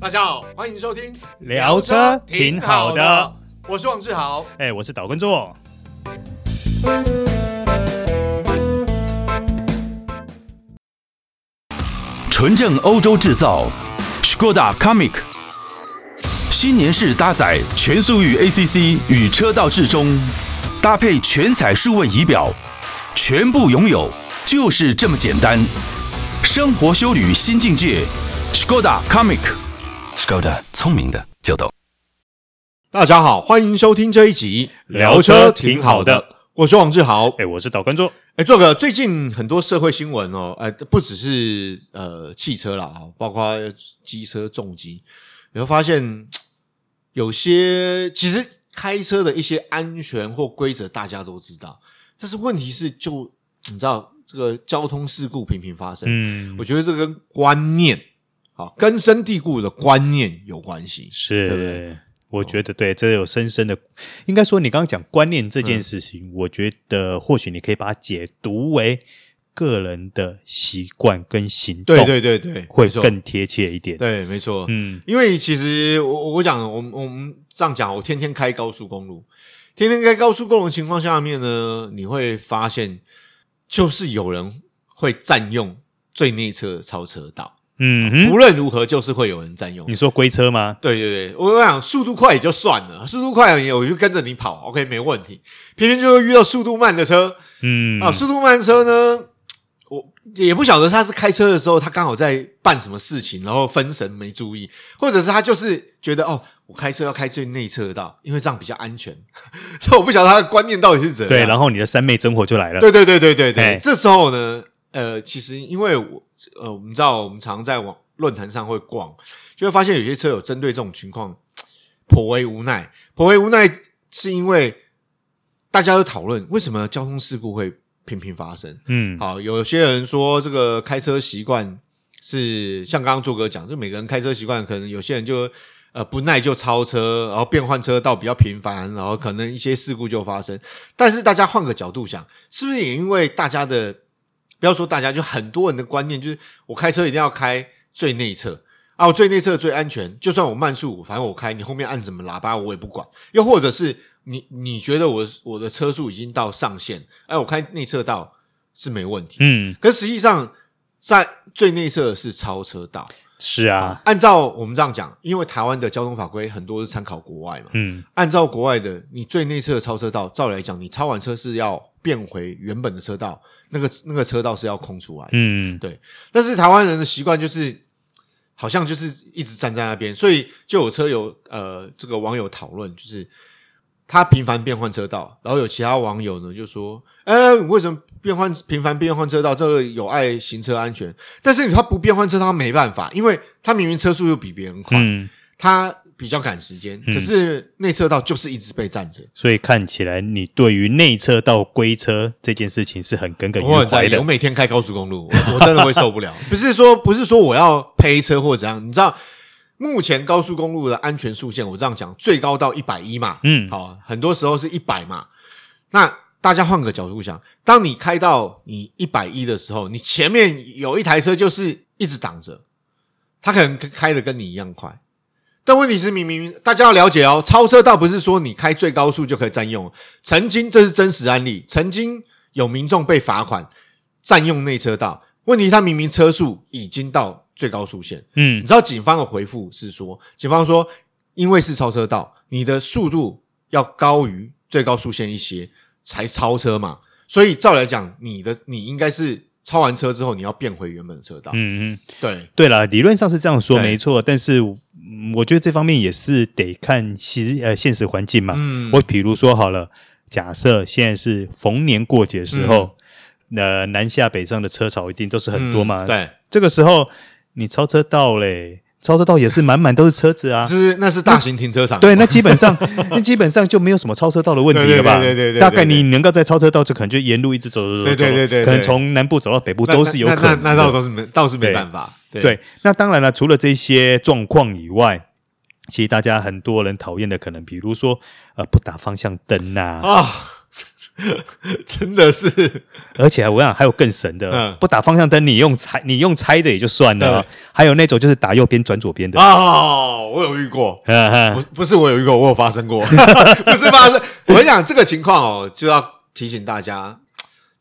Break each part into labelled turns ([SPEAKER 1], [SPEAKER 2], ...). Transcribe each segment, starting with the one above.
[SPEAKER 1] 大家好，欢迎收听
[SPEAKER 2] 聊车挺好的，，
[SPEAKER 1] 我是王志豪。
[SPEAKER 2] 哎、我是导观众。
[SPEAKER 3] 纯正欧洲制造，Skoda Comic。新年式搭载全速域 ACC 与车道智中，搭配全彩数位仪表，全部拥有就是这么简单。生活修旅新境界，Skoda Comic。Skoda 聪明的就懂。
[SPEAKER 1] 大家好，欢迎收听这一集
[SPEAKER 2] 聊车挺好的，
[SPEAKER 1] 我是王志豪。
[SPEAKER 2] 哎、我是导观众。
[SPEAKER 1] 哎，做个最近很多社会新闻哦，哎，不只是呃汽车啦，哦包括机车、重机，你会发现嘖有些其实开车的一些安全或规则大家都知道，但是问题是就你知道这个交通事故频频发生，
[SPEAKER 2] 嗯
[SPEAKER 1] 我，觉得这跟观念，好根深蒂固的观念有关系。
[SPEAKER 2] 是，
[SPEAKER 1] 对不对
[SPEAKER 2] 我觉得对，这有深深的，应该说你刚刚讲观念这
[SPEAKER 1] 嗯
[SPEAKER 2] 件事情，我觉得或许你可以把它解读为个人的习惯跟行动，
[SPEAKER 1] 对对对对，
[SPEAKER 2] 会
[SPEAKER 1] 没错
[SPEAKER 2] 更贴切一点。
[SPEAKER 1] 对，没错。
[SPEAKER 2] 嗯，
[SPEAKER 1] 因为其实我我讲，我们我们这样讲，我天天开高速公路，天天开高速公路的情况下面呢，你会发现，就是有人会占用最内侧的超车道，
[SPEAKER 2] 嗯哼，
[SPEAKER 1] 无论如何就是会有人占用
[SPEAKER 2] 你。说龟车吗？
[SPEAKER 1] 对对对，我想速度快也就算了，速度快也我就跟着你跑，OK 没问题。偏偏就会遇到速度慢的车，
[SPEAKER 2] 嗯，
[SPEAKER 1] 啊，速度慢车呢，我也不晓得他是开车的时候，他刚好在办什么事情，然后分神没注意，或者是他就是觉得哦，我开车要开最内侧道，因为这样比较安全。 所以我不晓得他的观念到底是怎样。
[SPEAKER 2] 对，然后你的三昧真火就来了。
[SPEAKER 1] 啊对对对对对对
[SPEAKER 2] 哎，
[SPEAKER 1] 这时候呢，呃，其实因为我呃，我们知道我们常在网论坛上会逛，就会发现有些车友针对这种情况颇为无奈，颇为无奈是因为大家都讨论为什么交通事故会频频发生。
[SPEAKER 2] 嗯，
[SPEAKER 1] 好，有些人说这个开车习惯是像刚刚做哥讲，就每个人开车习惯，可能有些人就呃不耐就超车，然后变换车道比较频繁，然后可能一些事故就发生。但是大家换个角度想，是不是也因为大家的不要说大家，就很多人的观念就是我开车一定要开最内侧。啊，我最内侧最安全，就算我慢速，反正我开，你后面按什么喇叭我也不管。又或者是你你觉得我我的车速已经到上限，哎，我开内侧道是没问题，
[SPEAKER 2] 嗯，
[SPEAKER 1] 可实际上，在最内侧的是超车道。
[SPEAKER 2] 是啊，
[SPEAKER 1] 按照我们这样讲，因为台湾的交通法规很多是参考国外嘛，
[SPEAKER 2] 嗯，
[SPEAKER 1] 按照国外的，你最内侧的超车道，照理来讲，你超完车是要变回原本的车道，那个那个车道是要空出来的。
[SPEAKER 2] 嗯，
[SPEAKER 1] 但是台湾人的习惯就是，好像就是一直站在那边，所以就有车友呃，这个网友讨论，就是他频繁变换车道，然后有其他网友呢就说：“哎、你为什么变换频繁变换车道？这个有碍行车安全。”但是你他不变换车道他没办法，因为他明明车速又比别人快，
[SPEAKER 2] 嗯，
[SPEAKER 1] 他比较赶时间，
[SPEAKER 2] 嗯
[SPEAKER 1] 可是内车道就是一直被占着。
[SPEAKER 2] 所以看起来你对于内侧到龟车这件事情是很耿耿
[SPEAKER 1] 我
[SPEAKER 2] 于
[SPEAKER 1] 很在
[SPEAKER 2] 怀
[SPEAKER 1] 意，我
[SPEAKER 2] 的。
[SPEAKER 1] 每天开高速公路，我 我真的会受不了。不是说不是说我要配车或怎样，你知道目前高速公路的安全速限，我这样讲，最高到一百一嘛，
[SPEAKER 2] 嗯，
[SPEAKER 1] 好、很多时候是一百嘛。那大家换个角度想，当你开到你一百一的时候，你前面有一台车就是一直挡着，他可能开的跟你一样快。但问题是，明明大家要了解哦，超车道不是说你开最高速就可以占用。哦曾经这是真实案例，曾经有民众被罚款占用内车道，问题他明明车速已经到最高速线，你
[SPEAKER 2] 嗯
[SPEAKER 1] 知道警方的回复是说，警方说，因为是超车道，你的速度要高于最高速限一些才超车嘛，所以照理来讲，你的你应该是超完车之后，你要变回原本的车道。
[SPEAKER 2] 嗯嗯，
[SPEAKER 1] 对，
[SPEAKER 2] 对了，理论上是这样说
[SPEAKER 1] 对
[SPEAKER 2] 没错，但是嗯我觉得这方面也是得看其呃现实环境嘛。
[SPEAKER 1] 嗯
[SPEAKER 2] 我比如说好了，假设现在是逢年过节的时
[SPEAKER 1] 嗯
[SPEAKER 2] 候，呃，南下北上的车潮一定都是很多嘛。啊
[SPEAKER 1] 嗯，对，
[SPEAKER 2] 这个时候你超车道嘞，超车道也是满满都是车 子啊
[SPEAKER 1] 就。是那是大型停车场。
[SPEAKER 2] 对，那基本上， 那基本上就没有什么超车道的问题了吧？
[SPEAKER 1] 对对对对对对
[SPEAKER 2] 大概你能够在超车道，就可能就沿路一直走走走
[SPEAKER 1] 对
[SPEAKER 2] 走，
[SPEAKER 1] 对对对对
[SPEAKER 2] 可能从南部走到北部
[SPEAKER 1] 那，
[SPEAKER 2] 都是有可能
[SPEAKER 1] 那那那那
[SPEAKER 2] 的
[SPEAKER 1] 倒都是没倒是没
[SPEAKER 2] 对
[SPEAKER 1] 办法。对
[SPEAKER 2] 对，那当然了，除了这些状况以外，其
[SPEAKER 1] 哦
[SPEAKER 2] 实大家很多人讨厌的，可能比如说呃不打方向灯呐、
[SPEAKER 1] 啊， 真的是
[SPEAKER 2] 而且我想还有更神的，
[SPEAKER 1] 嗯
[SPEAKER 2] 不打方向灯，你用猜，你用猜的也就算了
[SPEAKER 1] 对，
[SPEAKER 2] 还有那种就是打右边转左边的，
[SPEAKER 1] 哦，我有遇过，
[SPEAKER 2] 哈哈
[SPEAKER 1] 不不是我有遇过，我有发生过， 不是发生。我跟你讲这个情况哦，就要提醒大家，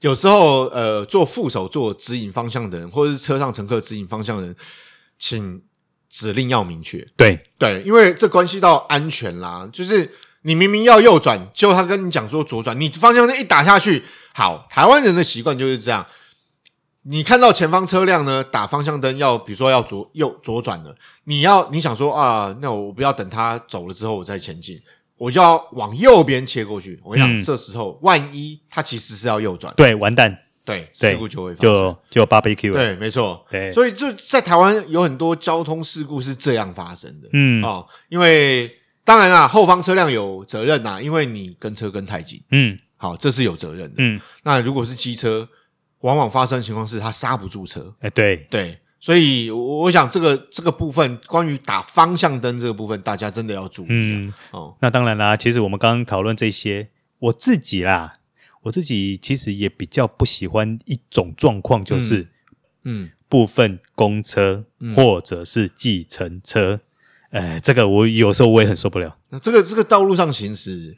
[SPEAKER 1] 有时候呃，做副手做指引方向的人，或者是车上乘客指引方向的人，请指令要明确。
[SPEAKER 2] 对，
[SPEAKER 1] 对，因为这关系到安全啦。就是你明明要右转，就他跟你讲说左转，你方向灯一打下去，好，台湾人的习惯就是这样。你看到前方车辆呢打方向灯要，比如说要左右左转了，你要你想说啊，那我不要等他走了之后我再前进，我就要往右边切过去。我跟你讲，
[SPEAKER 2] 嗯
[SPEAKER 1] 这时候万一他其实是要右转，
[SPEAKER 2] 对，完蛋，
[SPEAKER 1] 对，
[SPEAKER 2] 对
[SPEAKER 1] 事故就会发生。
[SPEAKER 2] 就就 barbecue 了，
[SPEAKER 1] 对，没错。
[SPEAKER 2] 对
[SPEAKER 1] 所以就在台湾有很多交通事故是这样发生的。
[SPEAKER 2] 嗯
[SPEAKER 1] 哦，因为当然啦，后方车辆有责任呐，因为你跟车跟太紧，
[SPEAKER 2] 嗯
[SPEAKER 1] 好，这是有责任的。
[SPEAKER 2] 嗯，
[SPEAKER 1] 那如果是机车，往往发生的情况是他刹不住车，
[SPEAKER 2] 哎对，
[SPEAKER 1] 对，所以我我想这个这个部分关于打方向灯这个部分，大家真的要注意、
[SPEAKER 2] 嗯，
[SPEAKER 1] 哦。
[SPEAKER 2] 那当然啦，其实我们刚刚讨论这些，我自己啦，我自己其实也比较不喜欢一种状况，就是。
[SPEAKER 1] 嗯，
[SPEAKER 2] 部分公车或者是计程车，呃，这个我有时候我也很受不了。
[SPEAKER 1] 那这个这个道路上行驶，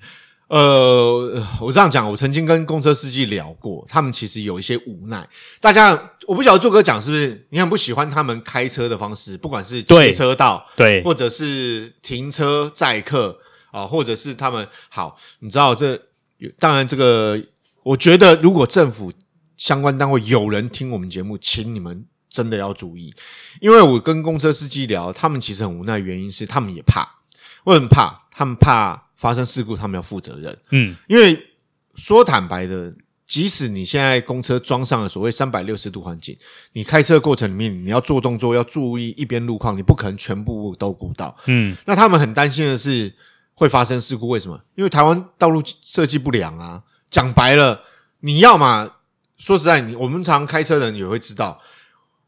[SPEAKER 1] 呃，我这样讲，我曾经跟公车司机聊过，他们其实有一些无奈。大家，我不晓得做哥讲是不是你很不喜欢他们开车的方式，不管是
[SPEAKER 2] 对
[SPEAKER 1] 骑车道，
[SPEAKER 2] 对，
[SPEAKER 1] 或者是停车载客啊，或者是他们好，你知道这当然这个，我觉得如果政府相关单位有人听我们节目，请你们真的要注意，因为我跟公车司机聊，他们其实很无奈，原因是他们也怕，为什么怕？他们怕发生事故，他们要负责任。
[SPEAKER 2] 嗯，
[SPEAKER 1] 因为说坦白的，即使你现在公车装上了所谓三百六十度环境，你开车过程里面你要做动作，要注意一边路况，你不可能全部都顾到。
[SPEAKER 2] 嗯，
[SPEAKER 1] 那他们很担心的是会发生事故，为什么？因为台湾道路设计不良啊。讲白了，你要嘛说实在，你我们常开车的人也会知道，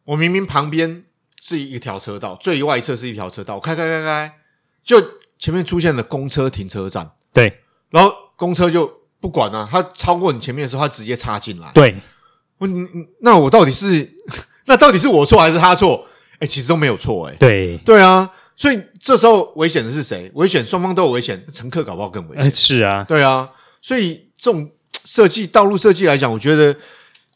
[SPEAKER 1] 我明明旁边是一条车道，最外侧是一条车道，我开开开开，就前面出现了公车停车站。
[SPEAKER 2] 对
[SPEAKER 1] 然后公车就不管啊，它超过你前面的时候，它直接插进来。
[SPEAKER 2] 对，
[SPEAKER 1] 我你你那我到底是 那到底是我错还是他错？哎、其实都没有错哎、
[SPEAKER 2] 对，
[SPEAKER 1] 对啊，所以这时候危险的是谁？危险双方都有危险，乘客搞不好更危
[SPEAKER 2] 呃
[SPEAKER 1] 险。
[SPEAKER 2] 是啊，
[SPEAKER 1] 对啊，所以这种设计道路设计来讲，我觉得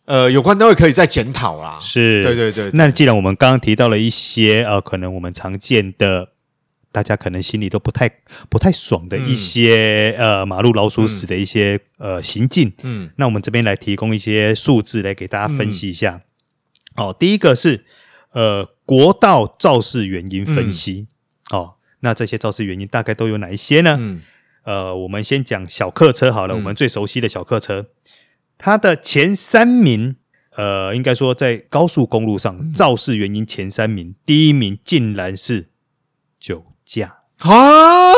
[SPEAKER 1] 呃有关单位可以再检讨啦。
[SPEAKER 2] 是，
[SPEAKER 1] 对对对
[SPEAKER 2] 那既然我们刚刚提到了一些呃，可能我们常见的，大家可能心里都不太不太爽的一些、呃马路老鼠屎的一些、呃行径，
[SPEAKER 1] 嗯
[SPEAKER 2] 那我们这边来提供一些数字来给大家分析一下。
[SPEAKER 1] 嗯
[SPEAKER 2] 哦，第一个是呃国道肇事原因分析。哦，那这些肇事原因大概都有哪一些呢？
[SPEAKER 1] 嗯
[SPEAKER 2] 呃，我们先讲小客车好了，
[SPEAKER 1] 嗯
[SPEAKER 2] 我们最熟悉的小客车，它的前三名，呃，应该说在高速公路上
[SPEAKER 1] 嗯
[SPEAKER 2] 肇事原因前三名，第一名竟然是酒驾。
[SPEAKER 1] 啊，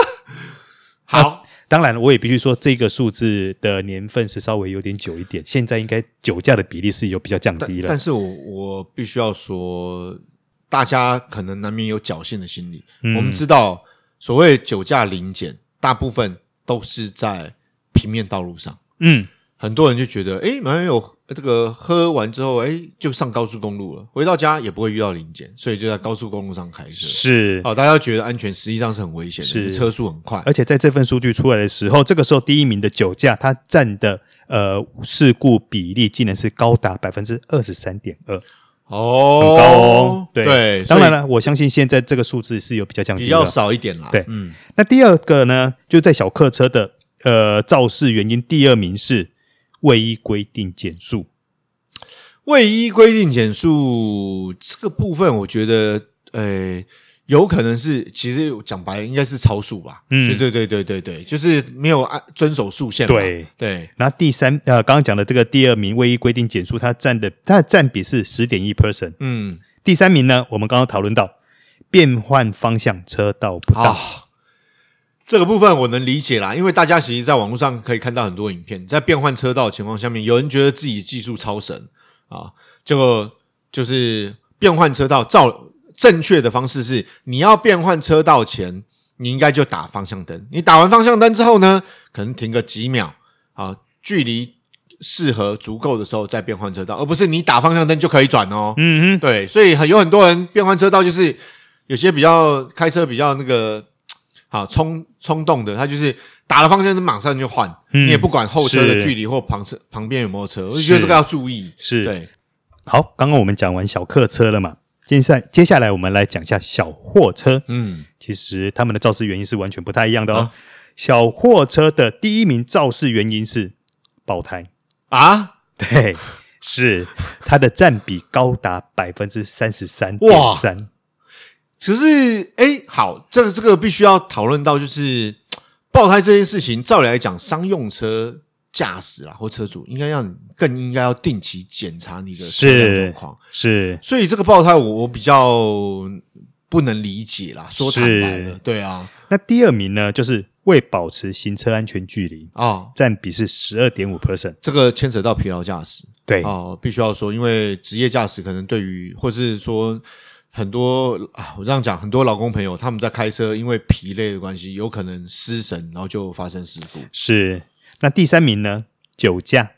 [SPEAKER 1] 好，
[SPEAKER 2] 当然，我也必须说，这个数字的年份是稍微有点久一点，现在应该酒驾的比例是有比较降低
[SPEAKER 1] 但
[SPEAKER 2] 了
[SPEAKER 1] 但。是我我必须要说，大家可能难免有侥幸的心理。
[SPEAKER 2] 嗯
[SPEAKER 1] 我们知道，所谓酒驾零检，大部分都是在平面道路上，
[SPEAKER 2] 嗯，
[SPEAKER 1] 很多人就觉得，诶，蛮有这个喝完之后，诶，就上高速公路了，回到家也不会遇到零检，所以就在高速公路上开车。哦
[SPEAKER 2] 是，
[SPEAKER 1] 好，大家觉得安全，实际上是很危险的，
[SPEAKER 2] 是哎
[SPEAKER 1] 因为车速很快。
[SPEAKER 2] 而且在这份数据出来的时候，这个时候第一名的酒驾，它占的呃事故比例竟然是高达百分之二十三点二，
[SPEAKER 1] 哦，
[SPEAKER 2] 很高哦。
[SPEAKER 1] 对，
[SPEAKER 2] 当然
[SPEAKER 1] 了，
[SPEAKER 2] 了，我相信现在这个数字是有比较降
[SPEAKER 1] 比
[SPEAKER 2] 低
[SPEAKER 1] 较
[SPEAKER 2] 的。
[SPEAKER 1] 少一点啦。
[SPEAKER 2] 对
[SPEAKER 1] 嗯，
[SPEAKER 2] 那第二个呢，就在小客车的呃肇事原因，第二名是未依规定减速。
[SPEAKER 1] 未依规定减速这个部分，我觉得，呃，有可能是，其实讲白了，应该是超速吧。
[SPEAKER 2] 嗯
[SPEAKER 1] 对对对对对对，就是没有按遵守速限嘛。
[SPEAKER 2] 对
[SPEAKER 1] 对，
[SPEAKER 2] 然后第三，呃，刚刚讲的这个第二名未依规定减速，它占的它的占比是十点一 percent。
[SPEAKER 1] 嗯
[SPEAKER 2] 第三名呢，我们刚刚讨论到变换方向车道不
[SPEAKER 1] 啊
[SPEAKER 2] 当，。
[SPEAKER 1] 这个部分我能理解啦，因为大家其实在网络上可以看到很多影片，在变换车道的情况下面，有人觉得自己技术超神啊，结果就是变换车道，照正确的方式是，你要变换车道前，你应该就打方向灯，你打完方向灯之后呢，可能停个几秒啊，距离适合足够的时候再变换车道，而不是你打方向灯就可以转哦。
[SPEAKER 2] 嗯哼，
[SPEAKER 1] 对，所以很有很多人变换车道，就是有些比较开车比较那个好冲冲动的，他就是打了方向灯马上就换，
[SPEAKER 2] 嗯
[SPEAKER 1] 你也不管后车的
[SPEAKER 2] 是
[SPEAKER 1] 距离或旁车旁边有没有车，我就觉得这个要注意。
[SPEAKER 2] 是
[SPEAKER 1] 对，
[SPEAKER 2] 好，刚刚我们讲完小客车了嘛，接下接下来我们来讲一下小货车。
[SPEAKER 1] 嗯，
[SPEAKER 2] 其实他们的肇事原因是完全不太一样的哦。
[SPEAKER 1] 啊
[SPEAKER 2] 小货车的第一名肇事原因是爆胎，
[SPEAKER 1] 啊，
[SPEAKER 2] 对，是它的占比高达百分之三十三点三，
[SPEAKER 1] 只是哎，好，这个这个必须要讨论到，就是爆胎这件事情，照理来讲，商用车驾驶啊或车主应该要更应该要定期检查你的车辆状
[SPEAKER 2] 是
[SPEAKER 1] 况，
[SPEAKER 2] 是
[SPEAKER 1] 所以这个爆胎我我比较不能理解啦，说坦白了，
[SPEAKER 2] 是
[SPEAKER 1] 对啊，
[SPEAKER 2] 那第二名呢，就是未保持行车安全距离，
[SPEAKER 1] 哦，
[SPEAKER 2] 占比是十二点五 percent。
[SPEAKER 1] 这个牵扯到疲劳驾驶
[SPEAKER 2] 对，
[SPEAKER 1] 哦，必须要说，因为职业驾驶可能对于，或是说很多啊，我这样讲，很多劳工朋友他们在开车，因为疲累的关系，有可能失神，然后就发生事故。
[SPEAKER 2] 是。那第三名呢，酒驾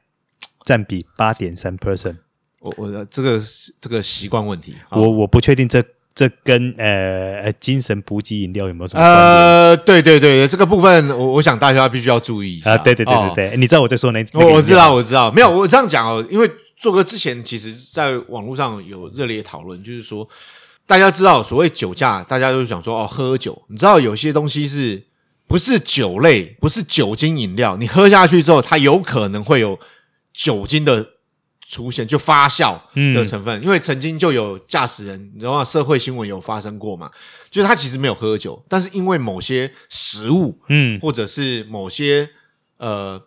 [SPEAKER 2] 占比八点三 percent。
[SPEAKER 1] 我我的这个是这个习惯问题，哦
[SPEAKER 2] 我我不确定这这跟呃呃精神补给饮料有没有什么关联。啊
[SPEAKER 1] 呃，对对对，这个部分我我想大家必须要注意一下。
[SPEAKER 2] 啊，对对对
[SPEAKER 1] 哦
[SPEAKER 2] 对对，你知道我在说哪？那个
[SPEAKER 1] 我我
[SPEAKER 2] 饮
[SPEAKER 1] 知
[SPEAKER 2] 料
[SPEAKER 1] 道，我知道，没有，我这样讲哦，因为做哥之前其实在网络上有热烈讨论，就是说大家知道所谓酒驾，大家都想说哦喝酒，你知道有些东西是不是酒类，不是酒精饮料，你喝下去之后，它有可能会有酒精的。出现就发酵的
[SPEAKER 2] 嗯
[SPEAKER 1] 成分，因为曾经就有驾驶人，你知道吗？社会新闻有发生过嘛？就是他其实没有喝酒，但是因为某些食物
[SPEAKER 2] 嗯
[SPEAKER 1] 或者是某些呃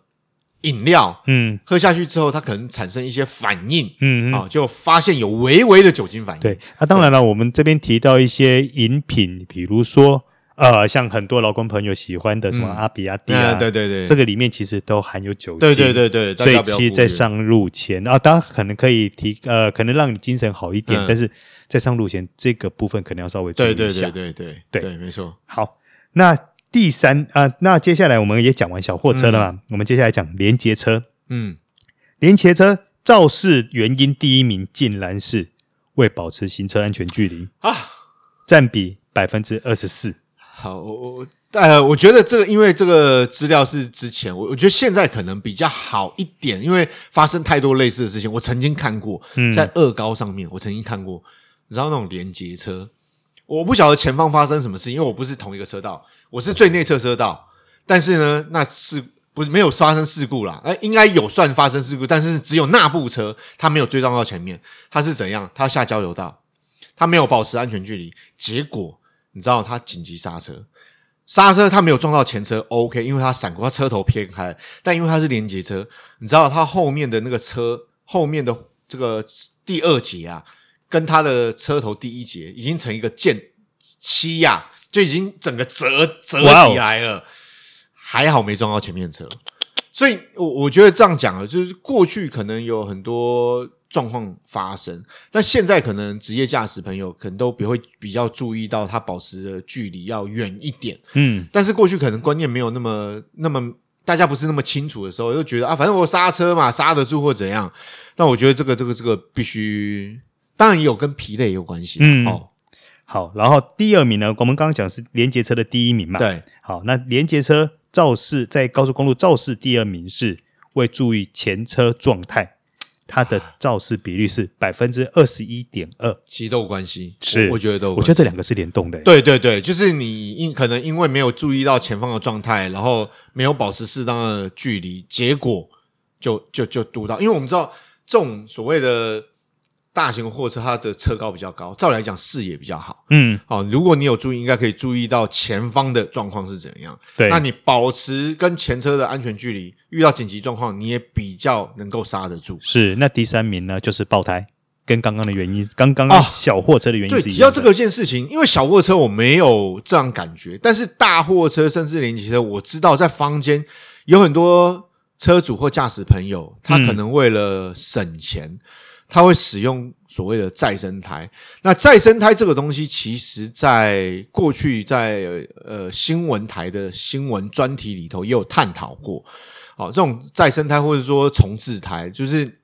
[SPEAKER 1] 饮料，
[SPEAKER 2] 嗯
[SPEAKER 1] 喝下去之后，它可能产生一些反应
[SPEAKER 2] 嗯嗯，
[SPEAKER 1] 啊，就发现有微微的酒精反应。
[SPEAKER 2] 对啊，当然了，我们这边提到一些饮品，比如说呃，像很多劳工朋友喜欢的什么
[SPEAKER 1] 嗯
[SPEAKER 2] 阿比亚迪
[SPEAKER 1] 啊，
[SPEAKER 2] 啊，
[SPEAKER 1] 对对对，
[SPEAKER 2] 这个里面其实都含有酒精，
[SPEAKER 1] 对对对对，大
[SPEAKER 2] 所
[SPEAKER 1] 家
[SPEAKER 2] 以
[SPEAKER 1] 不要
[SPEAKER 2] 其实，
[SPEAKER 1] 忽
[SPEAKER 2] 在
[SPEAKER 1] 略
[SPEAKER 2] 上路前啊，当然可能可以提呃，可能让你精神好一点，
[SPEAKER 1] 嗯
[SPEAKER 2] 但是在上路前这个部分可能要稍微注意一
[SPEAKER 1] 对
[SPEAKER 2] 下。
[SPEAKER 1] 对对对对
[SPEAKER 2] 对
[SPEAKER 1] 对，没错，
[SPEAKER 2] 好，那第三啊、那接下来我们也讲完小货车了嘛，我们接下来讲连接车。
[SPEAKER 1] 嗯，
[SPEAKER 2] 连接车肇事原因第一名竟然是为保持行车安全距离
[SPEAKER 1] 啊，
[SPEAKER 2] 占比百分之二十四。
[SPEAKER 1] 好，我我我呃，我觉得这个因为这个资料是之前，我我觉得现在可能比较好一点，因为发生太多类似的事情，我曾经看过，在二高上面，我曾经看过，你知道那种连接车，我不晓得前方发生什么事，因为我不是同一个车道，我是最内侧车道，但是呢，那是。不是没有发生事故啦，哎、应该有算发生事故，但是只有那部车它没有追撞到前面，它是怎样？它下交流道，他没有保持安全距离，结果你知道他紧急刹车，刹车他没有撞到前车，OK，因为他闪过，他车头偏开了，但因为他是连接车，你知道他后面的那个车后面的这个第二节啊，跟他的车头第一节已经成一个剑七呀、就已经整个折折
[SPEAKER 2] 哇哦
[SPEAKER 1] 起来了，还好没撞到前面的车。所以我我觉得这样讲啊，就是过去可能有很多状况发生，但现在可能职业驾驶朋友可能都比会比较注意到他保持的距离要远一点，
[SPEAKER 2] 嗯，
[SPEAKER 1] 但是过去可能观念没有那么那么。大家不是那么清楚的时候，就觉得啊，反正我刹车嘛，刹得住或怎样。但我觉得这个、这个、这个必须，当然也有跟疲累有关系。
[SPEAKER 2] 嗯
[SPEAKER 1] 哦，
[SPEAKER 2] 好，然后第二名呢，我们刚刚讲是连接车的第一名嘛。。
[SPEAKER 1] 对，
[SPEAKER 2] 好，那连接车肇事在高速公路肇事第二名是未注意前车状态，它的肇事比率是百分之二十一点二。
[SPEAKER 1] 其实都有关系。
[SPEAKER 2] 是
[SPEAKER 1] 我我觉得都有
[SPEAKER 2] 我
[SPEAKER 1] 关
[SPEAKER 2] 觉
[SPEAKER 1] 系
[SPEAKER 2] 得这两个是联动的、欸。
[SPEAKER 1] 对对对，就是你因可能因为没有注意到前方的状态，然后没有保持适当的距离，结果就就就堵到。因为我们知道这种所谓的大型货车，它的车高比较高，照理来讲视野比较好。
[SPEAKER 2] 嗯，
[SPEAKER 1] 哦，如果你有注意，应该可以注意到前方的状况是怎样。
[SPEAKER 2] 对。
[SPEAKER 1] 那你保持跟前车的安全距离，遇到紧急状况，你也比较能够刹得住。
[SPEAKER 2] 是，那第三名呢就是爆胎，跟刚刚的原因，刚刚刚
[SPEAKER 1] 哦
[SPEAKER 2] 小货车的原因
[SPEAKER 1] 对，
[SPEAKER 2] 是一
[SPEAKER 1] 提
[SPEAKER 2] 样
[SPEAKER 1] 到这
[SPEAKER 2] 的。
[SPEAKER 1] 个件事情，因为小货车我没有这样感觉，但是大货车甚至连接车，我知道在坊间有很多车主或驾驶朋友，他
[SPEAKER 2] 嗯
[SPEAKER 1] 可能为了省钱，他会使用所谓的再生胎。那再生胎这个东西，其实在呃过去在呃新闻台的新闻专题里头也有探讨过。哦，这种再生胎或者说重置胎，就是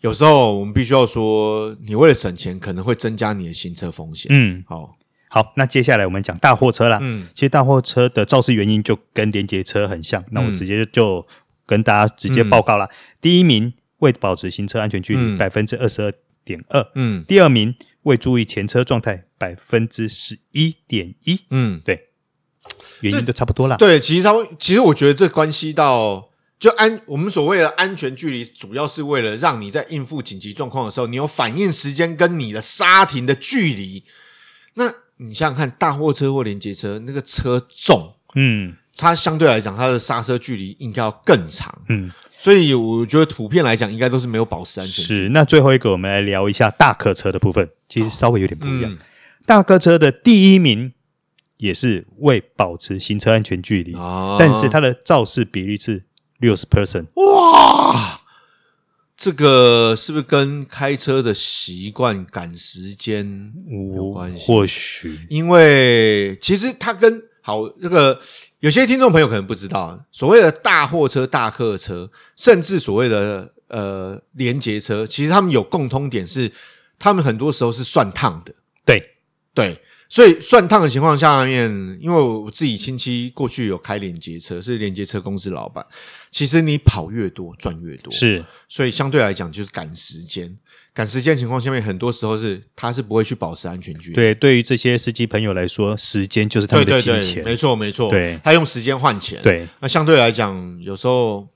[SPEAKER 1] 有时候我们必须要说，你为了省钱，可能会增加你的新车风险。哦
[SPEAKER 2] 嗯，
[SPEAKER 1] 好，
[SPEAKER 2] 好，那接下来我们讲大货车啦。
[SPEAKER 1] 嗯
[SPEAKER 2] 其实大货车的肇事原因就跟连接车很像，
[SPEAKER 1] 嗯
[SPEAKER 2] 那我直接就跟大家直接报告啦。第一名未保持行车安全距离
[SPEAKER 1] 嗯
[SPEAKER 2] 百分之二十二点二，
[SPEAKER 1] 嗯
[SPEAKER 2] 第二名未注意前车状态百分之十一点一，
[SPEAKER 1] 嗯，
[SPEAKER 2] 对，原因都差不多啦。
[SPEAKER 1] 对，其实它会，其实我觉得这关系到就安我们所谓的安全距离，主要是为了让你在应付紧急状况的时候，你有反应时间跟你的刹停的距离。那你想想看，大货车或连接车那个车重，
[SPEAKER 2] 嗯
[SPEAKER 1] 它相对来讲它的刹车距离应该要更长，
[SPEAKER 2] 嗯，
[SPEAKER 1] 所以我觉得普遍来讲应该都是没有保持安全距离。
[SPEAKER 2] 是。那最后一个，我们来聊一下大客车的部分，其实稍微有点不一样。
[SPEAKER 1] 嗯
[SPEAKER 2] 大客车的第一名也是未保持行车安全距离，
[SPEAKER 1] 啊
[SPEAKER 2] 嗯但是它的肇事比率是六十 percent。
[SPEAKER 1] 哇，这个是不是跟开车的习惯赶时间有关系？
[SPEAKER 2] 或许
[SPEAKER 1] 因为其实它跟好这个呃有些听众朋友可能不知道，所谓的大货车、大客车，甚至所谓的呃连结车，其实他们有共通点是，他们很多时候是算趟的，
[SPEAKER 2] 对，
[SPEAKER 1] 对。所以算趟的情况下面，因为我自己亲戚过去有开连接车，是连接车公司老板。其实你跑越多赚越多，
[SPEAKER 2] 是
[SPEAKER 1] 所以相对来讲就是赶时间。赶时间的情况下面，很多时候是他是不会去保持安全距离。
[SPEAKER 2] 对。对于这些司机朋友来说，时间就是他
[SPEAKER 1] 对
[SPEAKER 2] 们的
[SPEAKER 1] 对
[SPEAKER 2] 金
[SPEAKER 1] 对，
[SPEAKER 2] 钱。
[SPEAKER 1] 没错没错，
[SPEAKER 2] 对
[SPEAKER 1] 他用时间换钱。，
[SPEAKER 2] 对
[SPEAKER 1] 那相对来讲，有时候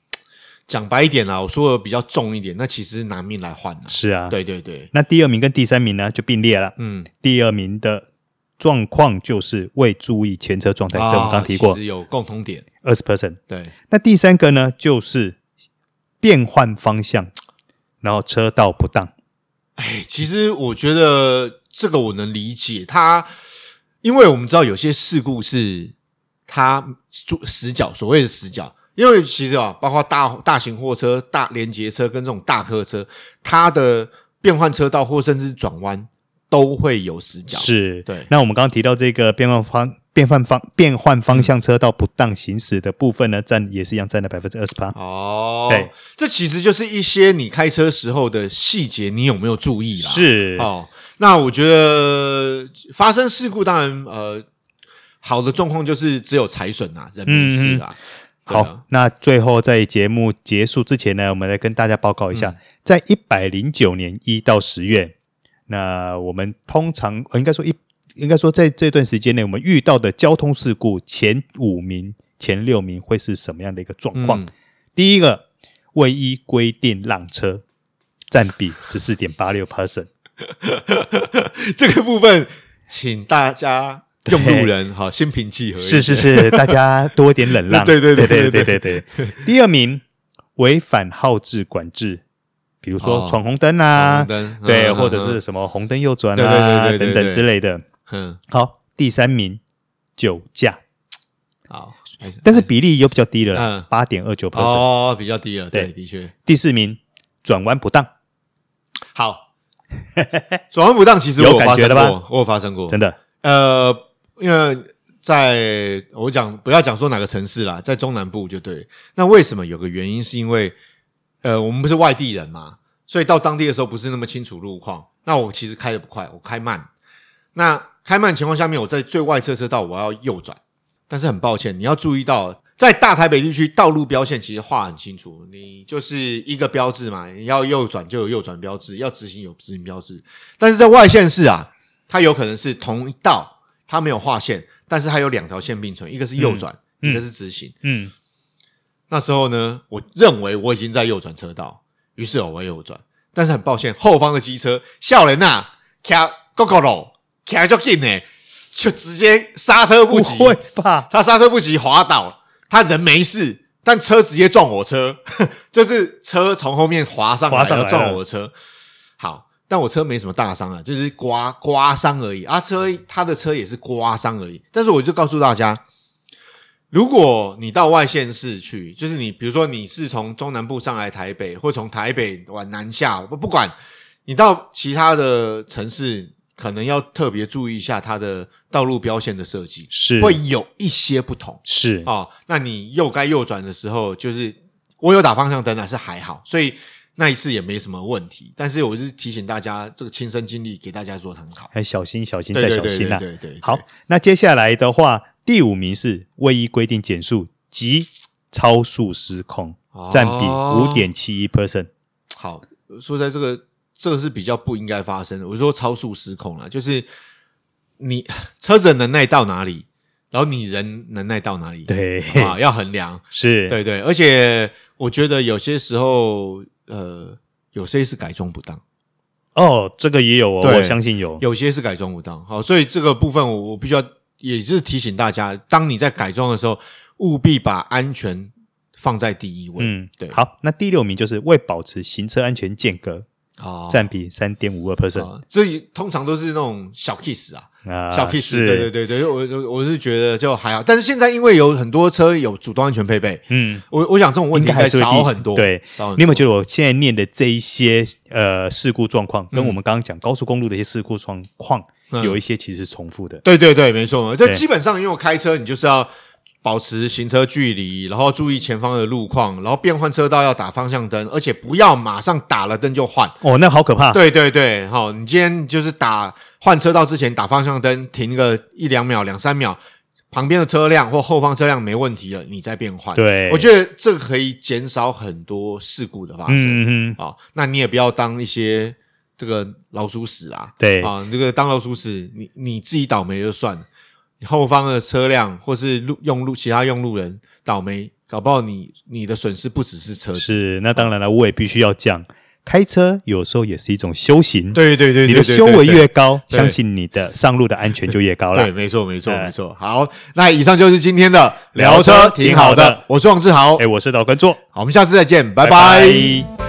[SPEAKER 1] 讲白一点啦，我说的比较重一点，那其实是拿命来换的。
[SPEAKER 2] 是啊。
[SPEAKER 1] 对对对，
[SPEAKER 2] 那第二名跟第三名呢就并列了。
[SPEAKER 1] 嗯，
[SPEAKER 2] 第二名的状况就是未注意前车状态，这我们刚提
[SPEAKER 1] 啊
[SPEAKER 2] 过
[SPEAKER 1] 其实有共同点。
[SPEAKER 2] 二十 percent。
[SPEAKER 1] 对，
[SPEAKER 2] 那第三个呢，就是变换方向，然后车道不当。
[SPEAKER 1] 哎，其实我觉得这个我能理解他，因为我们知道有些事故是他做死角，所谓的死角。因为其实啊，包括大大型货车、大连接车跟这种大客车，它的变换车道或甚至转弯都会有死角。
[SPEAKER 2] 是，
[SPEAKER 1] 对
[SPEAKER 2] 那我们刚刚提到这个变换方。变换方变换方向车道不当行驶的部分呢，占也是一样占了百分之二十八。
[SPEAKER 1] 哦，
[SPEAKER 2] 对，
[SPEAKER 1] 这其实就是一些你开车时候的细节，你有没有注意啦？
[SPEAKER 2] 是，
[SPEAKER 1] 哦，那我觉得发生事故，当然呃，好的状况就是只有财损啊，人没事啊。对啊
[SPEAKER 2] 好，，那最后在节目结束之前呢，我们来跟大家报告一下，
[SPEAKER 1] 嗯
[SPEAKER 2] 在一百零九年一到十月，那我们通常呃应该说一应该说在这段时间内，我们遇到的交通事故前五名、前六名会是什么样的一个状况？
[SPEAKER 1] 嗯
[SPEAKER 2] 第一个，未依规定让车，占比十四点八六 percent。
[SPEAKER 1] 这个部分请大家 用路人哈心平气和一点，
[SPEAKER 2] 是是是， 大家多一点忍 让。
[SPEAKER 1] 对对
[SPEAKER 2] 对
[SPEAKER 1] 对
[SPEAKER 2] 对
[SPEAKER 1] 对
[SPEAKER 2] 对
[SPEAKER 1] 对
[SPEAKER 2] 对。第二名，违反号志管制，比如说
[SPEAKER 1] 哦
[SPEAKER 2] 闯红灯啊
[SPEAKER 1] 红，灯
[SPEAKER 2] 对，
[SPEAKER 1] 嗯
[SPEAKER 2] 或者
[SPEAKER 1] 嗯
[SPEAKER 2] 是什么红灯右转
[SPEAKER 1] 对对
[SPEAKER 2] 啊
[SPEAKER 1] 对对对
[SPEAKER 2] 等
[SPEAKER 1] 对
[SPEAKER 2] 等之类的。
[SPEAKER 1] 嗯
[SPEAKER 2] 好，第三名，酒驾，
[SPEAKER 1] 好，
[SPEAKER 2] 但是比例又比较低了啦
[SPEAKER 1] 嗯，
[SPEAKER 2] 八点二九 percent。
[SPEAKER 1] 哦比较低了，对，
[SPEAKER 2] 对
[SPEAKER 1] 的确
[SPEAKER 2] 第四名，转弯不当，
[SPEAKER 1] 好。转弯不当，其实我
[SPEAKER 2] 有感
[SPEAKER 1] 发
[SPEAKER 2] 觉
[SPEAKER 1] 生
[SPEAKER 2] 了吧
[SPEAKER 1] 过，我有发生过，
[SPEAKER 2] 真的
[SPEAKER 1] 呃，因为在我讲不要讲说哪个城市啦，在中南部就对。那为什么有个原因是因为，呃，我们不是外地人嘛，所以到当地的时候不是那么清楚路况。那我其实开的不快，我开慢。那开慢的情况下面，我在最外侧车道我要右转，但是很抱歉，你要注意到，在大台北地区道路标线其实画很清楚，你就是一个标志嘛，你要右转就有右转标志，要直行有直行标志。但是在外县市啊，它有可能是同一道，它没有划线，但是它有两条线并存，一个是右转，
[SPEAKER 2] 嗯
[SPEAKER 1] 一个是直行。
[SPEAKER 2] 嗯，
[SPEAKER 1] 那时候呢，我认为我已经在右转车道，于是我右转，但是很抱歉，后方的机车笑人呐，开 go go 喽，开就进呢，就直接刹车不
[SPEAKER 2] 不
[SPEAKER 1] 及，
[SPEAKER 2] 会吧？
[SPEAKER 1] 他刹车不及滑倒，他人没事，但车直接撞我车， 就是车从后面滑上来，
[SPEAKER 2] 滑上来
[SPEAKER 1] 要撞我的车。好，但我车没什么大伤啊，就是刮刮伤而已。啊，车他的车也是刮伤而已。但是我就告诉大家，如果你到外县市去，就是你比如说你是从中南部上来台北，或从台北往南下，不不管你到其他的城市。可能要特别注意一下它的道路标线的设计，
[SPEAKER 2] 是
[SPEAKER 1] 会有一些不同哦
[SPEAKER 2] 是
[SPEAKER 1] 哦。那你右该右转的时候，就是我有打方向灯啊，是还好，所以那一次也没什么问题。但是我是提醒大家，这个亲身经历给大家做参考。
[SPEAKER 2] 还哎小心小心
[SPEAKER 1] 对
[SPEAKER 2] 再
[SPEAKER 1] 对
[SPEAKER 2] 小
[SPEAKER 1] 对
[SPEAKER 2] 心啊啦、
[SPEAKER 1] 对对对，
[SPEAKER 2] 好，那接下来的话，第五名是未依规定减速及超速失控，
[SPEAKER 1] 哦
[SPEAKER 2] 占比五点七一 percent。
[SPEAKER 1] 好，说在这个这个是比较不应该发生的。我说超速失控了，就是你车子的能耐到哪里，然后你人能耐到哪里，
[SPEAKER 2] 对，
[SPEAKER 1] 啊，要衡量。
[SPEAKER 2] 是，
[SPEAKER 1] 对对，而且我觉得有些时候，呃，有些是改装不当，
[SPEAKER 2] 哦，这个也有哦，
[SPEAKER 1] 对
[SPEAKER 2] 我相信有。
[SPEAKER 1] 有些是改装不当。好，所以这个部分我我必须要也是提醒大家，当你在改装的时候，务必把安全放在第一位。
[SPEAKER 2] 嗯，
[SPEAKER 1] 对，，
[SPEAKER 2] 好，那第六名就是为保持行车安全间隔，
[SPEAKER 1] 哦，
[SPEAKER 2] 占比三点五二 percent
[SPEAKER 1] 啊，这通常都是那种小 case 啊。
[SPEAKER 2] 啊，
[SPEAKER 1] 小 case，
[SPEAKER 2] 是，
[SPEAKER 1] 对对对对，我我我是觉得就还好，但是现在因为有很多车有主动安全配备，
[SPEAKER 2] 嗯，
[SPEAKER 1] 我我想这种问
[SPEAKER 2] 应
[SPEAKER 1] 题应
[SPEAKER 2] 该
[SPEAKER 1] 该
[SPEAKER 2] 还是会
[SPEAKER 1] 少
[SPEAKER 2] 低
[SPEAKER 1] 很多，
[SPEAKER 2] 对，
[SPEAKER 1] 少很多。
[SPEAKER 2] 你有没有觉得我现在念的这一些呃事故状况，跟我们刚刚讲高速公路的一些事故状况，
[SPEAKER 1] 嗯
[SPEAKER 2] 有一些其实是重复的？
[SPEAKER 1] 对对对，没错，就
[SPEAKER 2] 对
[SPEAKER 1] 基本上因为我开车，你就是要保持行车距离，然后注意前方的路况，然后变换车道要打方向灯，而且不要马上打了灯就换。
[SPEAKER 2] 哦，那好可怕。
[SPEAKER 1] 对对对，好、你今天就是打换车道之前打方向灯，停个一两秒、两三秒，旁边的车辆或后方车辆没问题了，你再变换。
[SPEAKER 2] 对
[SPEAKER 1] 啊我觉得啊这个可以减少很多事故的发生。
[SPEAKER 2] 嗯嗯嗯，
[SPEAKER 1] 哦，那你也不要当一些这个老鼠屎啊，
[SPEAKER 2] 对
[SPEAKER 1] 啊、这个当老鼠屎，你你自己倒霉就算了，你后方的车辆或是路用路其他用路人倒霉，搞不好你你的损失不只是车子。
[SPEAKER 2] 是。那当然了，我也必须要讲，开车有时候也是一种修行。
[SPEAKER 1] 对对对，
[SPEAKER 2] 你的
[SPEAKER 1] 对
[SPEAKER 2] 修为。越高，
[SPEAKER 1] 对
[SPEAKER 2] 相信你的上路的安全就越高
[SPEAKER 1] 对对，
[SPEAKER 2] 了。
[SPEAKER 1] 没错，没错，
[SPEAKER 2] 哎
[SPEAKER 1] 没错。好，那以上就是今天的
[SPEAKER 2] 聊车挺
[SPEAKER 1] 挺
[SPEAKER 2] 好
[SPEAKER 1] 好
[SPEAKER 2] 的
[SPEAKER 1] 的。我是王志豪
[SPEAKER 2] 哎，，我是老观众，
[SPEAKER 1] 好，我们下次再见，拜
[SPEAKER 2] 拜
[SPEAKER 1] 拜
[SPEAKER 2] 拜